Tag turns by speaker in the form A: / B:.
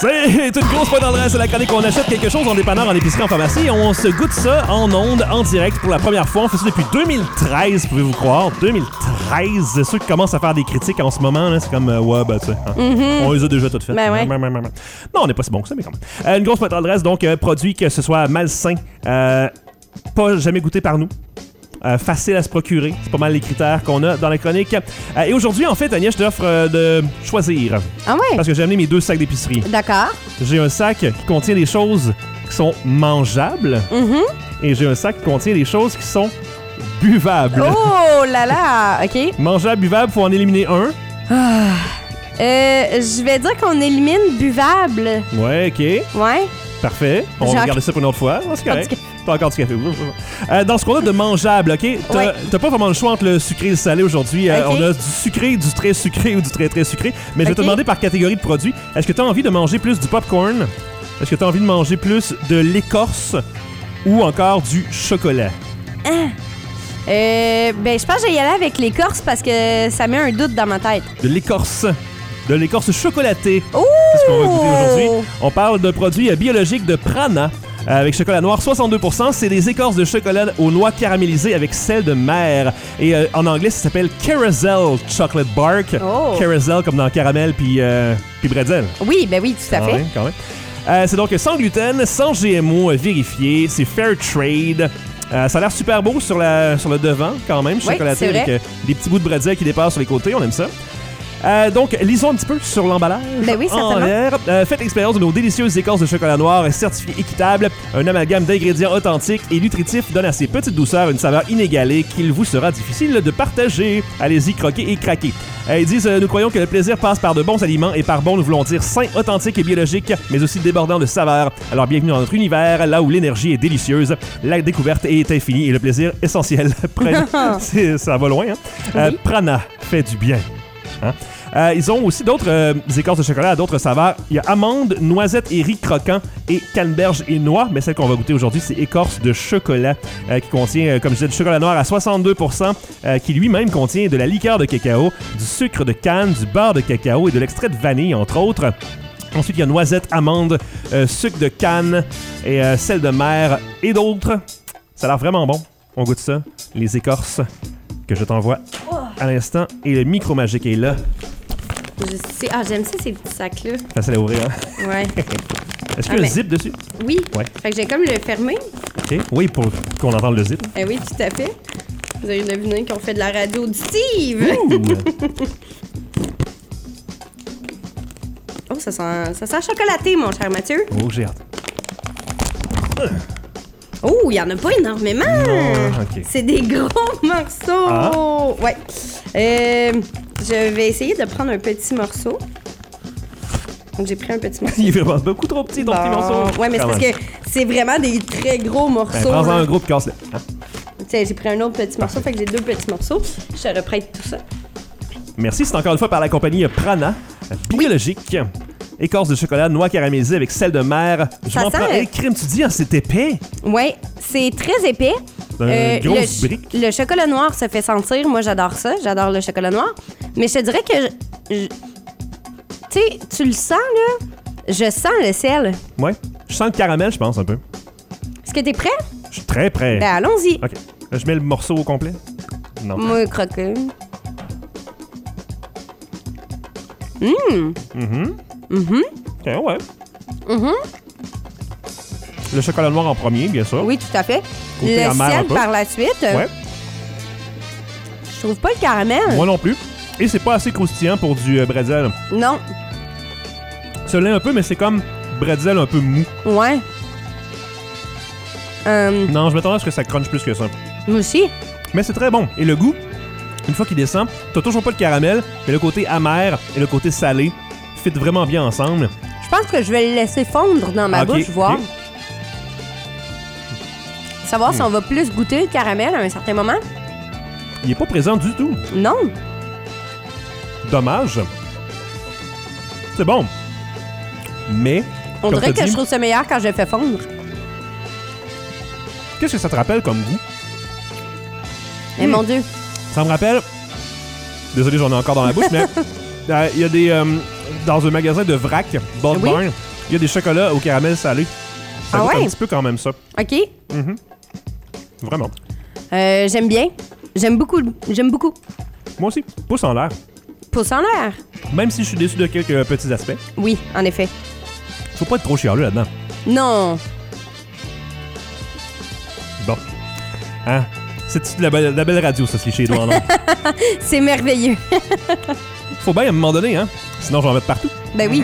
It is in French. A: c'est une grosse fois dans le reste de la chronique. On achète quelque chose en dépanneur, en épicerie, en pharmacie. Et on se goûte ça en ondes, en direct, pour la première fois. On fait ça depuis 2013, pouvez-vous croire. 2013. Ceux qui commencent à faire des critiques en ce moment, là, c'est comme, euh, ouais, bah, tu sais, hein. on les a déjà toutes faites.
B: Ben ouais.
A: Non, on n'est pas si bon que ça, mais quand même. Euh, une grosse fois dans le reste, donc, euh, produit que ce soit malsain, euh, pas jamais goûté par nous. Euh, facile à se procurer. C'est pas mal les critères qu'on a dans la chronique. Euh, et aujourd'hui, en fait, Agnès, je t'offre euh, de choisir.
B: Ah ouais?
A: Parce que j'ai amené mes deux sacs d'épicerie.
B: D'accord.
A: J'ai un sac qui contient des choses qui sont mangeables
B: Mhm.
A: et j'ai un sac qui contient des choses qui sont buvables.
B: Oh là là! OK.
A: Mangeable, buvable, faut en éliminer un.
B: Euh, je vais dire qu'on élimine buvable.
A: Ouais, ok.
B: Ouais.
A: Parfait. On
B: J'ai
A: va
B: enc-
A: regarder ça pour une autre fois. C'est correct.
B: du
A: T'as encore du café. Euh, dans ce qu'on a de mangeable, OK? T'as
B: Ouais.
A: t'as pas vraiment le choix entre le sucré et le salé aujourd'hui. Euh,
B: Ok.
A: On a du sucré, du très sucré ou du très très sucré. Mais je vais te
B: Ok.
A: demander par catégorie de produits. Est-ce que t'as envie de manger plus du popcorn? Est-ce que t'as envie de manger plus de l'écorce? Ou encore du chocolat?
B: Euh, ben, je pense que je vais y aller avec l'écorce parce que ça met un doute dans ma tête. Oh!
A: De l'écorce. De l'écorce chocolatée.
B: Ouh!
A: C'est ce qu'on va goûter aujourd'hui. On parle d'un produit euh, biologique de Prana. euh, Avec chocolat noir, 62%, c'est des écorces de chocolat aux noix caramélisées avec sel de mer. Et euh, en anglais, ça s'appelle Carousel Chocolate Bark.
B: Oh.
A: Carousel comme dans caramel puis euh, puis bretzel.
B: Oui, ben oui, tout à
A: Quand
B: fait.
A: même, quand même. Euh, c'est donc sans gluten, sans GMO euh, vérifié, c'est fair trade. Euh, ça a l'air super beau sur, la, sur le devant quand même, chocolaté
B: c'est vrai.
A: avec euh, des petits bouts de bretzel qui dépassent sur les côtés, on aime ça. Euh, donc, lisons un petit peu sur l'emballage.
B: Ben oui,
A: en
B: certainement.
A: l'air. Euh, faites l'expérience de nos délicieuses écorces de chocolat noir certifiées équitables, un amalgame d'ingrédients authentiques et nutritifs donne à ces petites douceurs une saveur inégalée qu'il vous sera difficile de partager. Allez-y, croquez et craquez. Euh, ils disent euh, Nous croyons que le plaisir passe par de bons aliments et par bons, nous voulons dire sains, authentiques et biologiques, mais aussi débordants de saveurs. Alors bienvenue dans notre univers, là où l'énergie est délicieuse, la découverte est infinie et le plaisir essentiel. Prenez- C'est- ça va loin, hein? Euh,
B: Oui.
A: prana, fait du bien. Hein? Euh, ils ont aussi d'autres euh, écorces de chocolat à d'autres saveurs. Il y a amande, noisette et riz croquant et canneberge et noix. Mais celle qu'on va goûter aujourd'hui, c'est écorce de chocolat euh, qui contient, euh, comme je disais, du chocolat noir à 62%, euh, qui lui-même contient de la liqueur de cacao, du sucre de canne, du beurre de cacao et de l'extrait de vanille, entre autres. Ensuite, il y a noisette, amande, euh, sucre de canne et euh, sel de mer et d'autres. Ça a l'air vraiment bon. On goûte ça. Les écorces que je t'envoie à l'instant. Et le micro magique est là.
B: Je sais- Ah, j'aime ça, ces petits sacs-là.
A: Facile à ouvrir, hein?
B: Ouais.
A: Est-ce
B: Ah,
A: qu'il y a un
B: mais-
A: zip dessus?
B: Oui.
A: Ouais.
B: Fait que j'ai comme le fermé.
A: OK. Oui, pour qu'on entende le zip.
B: Eh oui, tout à fait. Vous avez deviné qu'on fait de la radio auditive.
A: Ouh! euh,
B: Oh, ça sent, ça sent chocolaté, mon cher Mathieu.
A: oh, j'ai hâte.
B: Oh, il y en a pas énormément.
A: Non, ok. Ah.
B: C'est des gros morceaux. Ouais. Euh, je vais essayer de prendre un petit morceau. Donc, j'ai pris un petit morceau.
A: Il est vraiment beaucoup trop petit, ton petit
B: Bon.
A: morceau.
B: Ouais, mais c'est
A: Quand
B: parce
A: même.
B: que c'est vraiment des très gros
A: Ben,
B: morceaux.
A: prends-en
B: là.
A: un groupe, casse-le. Hein?
B: Tiens, j'ai pris un autre petit morceau, fait que j'ai deux petits morceaux. Je te reprête tout ça.
A: Merci, c'est encore une fois par la compagnie Prana, biologique. Écorce de chocolat, noix caramélisée avec sel de mer. Je
B: Ça
A: m'en
B: sent-
A: prends. Hey, crime, tu dis, hein, c'est épais.
B: Ouais, c'est très épais.
A: Un
B: Euh, le,
A: grosse
B: ch-
A: Euh, brique.
B: le chocolat noir se fait sentir. Moi, j'adore ça. J'adore le chocolat noir. Mais je te dirais que. je- je- Tu sais, tu le sens, là? Je sens le sel.
A: Ouais. Je sens le caramel, je pense, un peu.
B: Est-ce que t'es prêt?
A: Je suis très prêt.
B: Ben, allons-y.
A: OK. Là, je mets le morceau au complet. Non.
B: Moi, croquer.
A: OK, ouais.
B: Mm-hmm.
A: Le chocolat noir en premier, bien sûr.
B: Oui, euh, tout à fait.
A: Côté
B: le
A: amer un
B: sel
A: peu.
B: par la suite.
A: Ouais.
B: Je trouve pas le caramel.
A: Moi non plus. Et c'est pas assez croustillant pour du euh, bretzel.
B: Non.
A: Ça l'est un peu, mais c'est comme bretzel un peu mou.
B: Ouais. Euh,
A: Non, je m'attendais à ce que ça crunch plus que ça.
B: moi aussi.
A: Mais c'est très bon. Et le goût, une fois qu'il descend, t'as toujours pas le caramel, mais le côté amer et le côté salé fit vraiment bien ensemble.
B: Je pense que je vais le laisser fondre dans ma
A: Ah, ok,
B: bouche, voir.
A: ok.
B: Savoir
A: Hmm.
B: si on va plus goûter le caramel à un certain moment.
A: Il est pas présent du tout.
B: Non.
A: Dommage. C'est bon. Mais,
B: On
A: comme t'as
B: dirait que
A: dit,
B: je trouve ça meilleur quand je le fais fondre.
A: qu'est-ce que ça te rappelle comme goût?
B: Mais mon Dieu.
A: Ça me rappelle. Désolé, j'en ai encore dans la bouche, mais euh, il y a des. euh, dans un magasin de vrac, Bold
B: Oui.
A: Barn, Il y a des chocolats au caramel salé. Ça
B: Ah
A: goûte un
B: ouais?
A: petit peu quand même ça.
B: OK.
A: Vraiment.
B: Euh, j'aime bien. J'aime beaucoup. J'aime beaucoup.
A: Moi aussi, pouce en l'air.
B: Pouce en l'air.
A: Même si je suis déçu de quelques euh, petits aspects,
B: Oui, en effet.
A: faut pas être trop chialeux là-dedans.
B: Non.
A: Bon. Hein? C'est-tu de la belle, de la belle radio, ça, ce cliché noir, non?
B: C'est merveilleux.
A: Faut bien à un moment donné, hein? Sinon, j'en vais de partout.
B: Ben oui.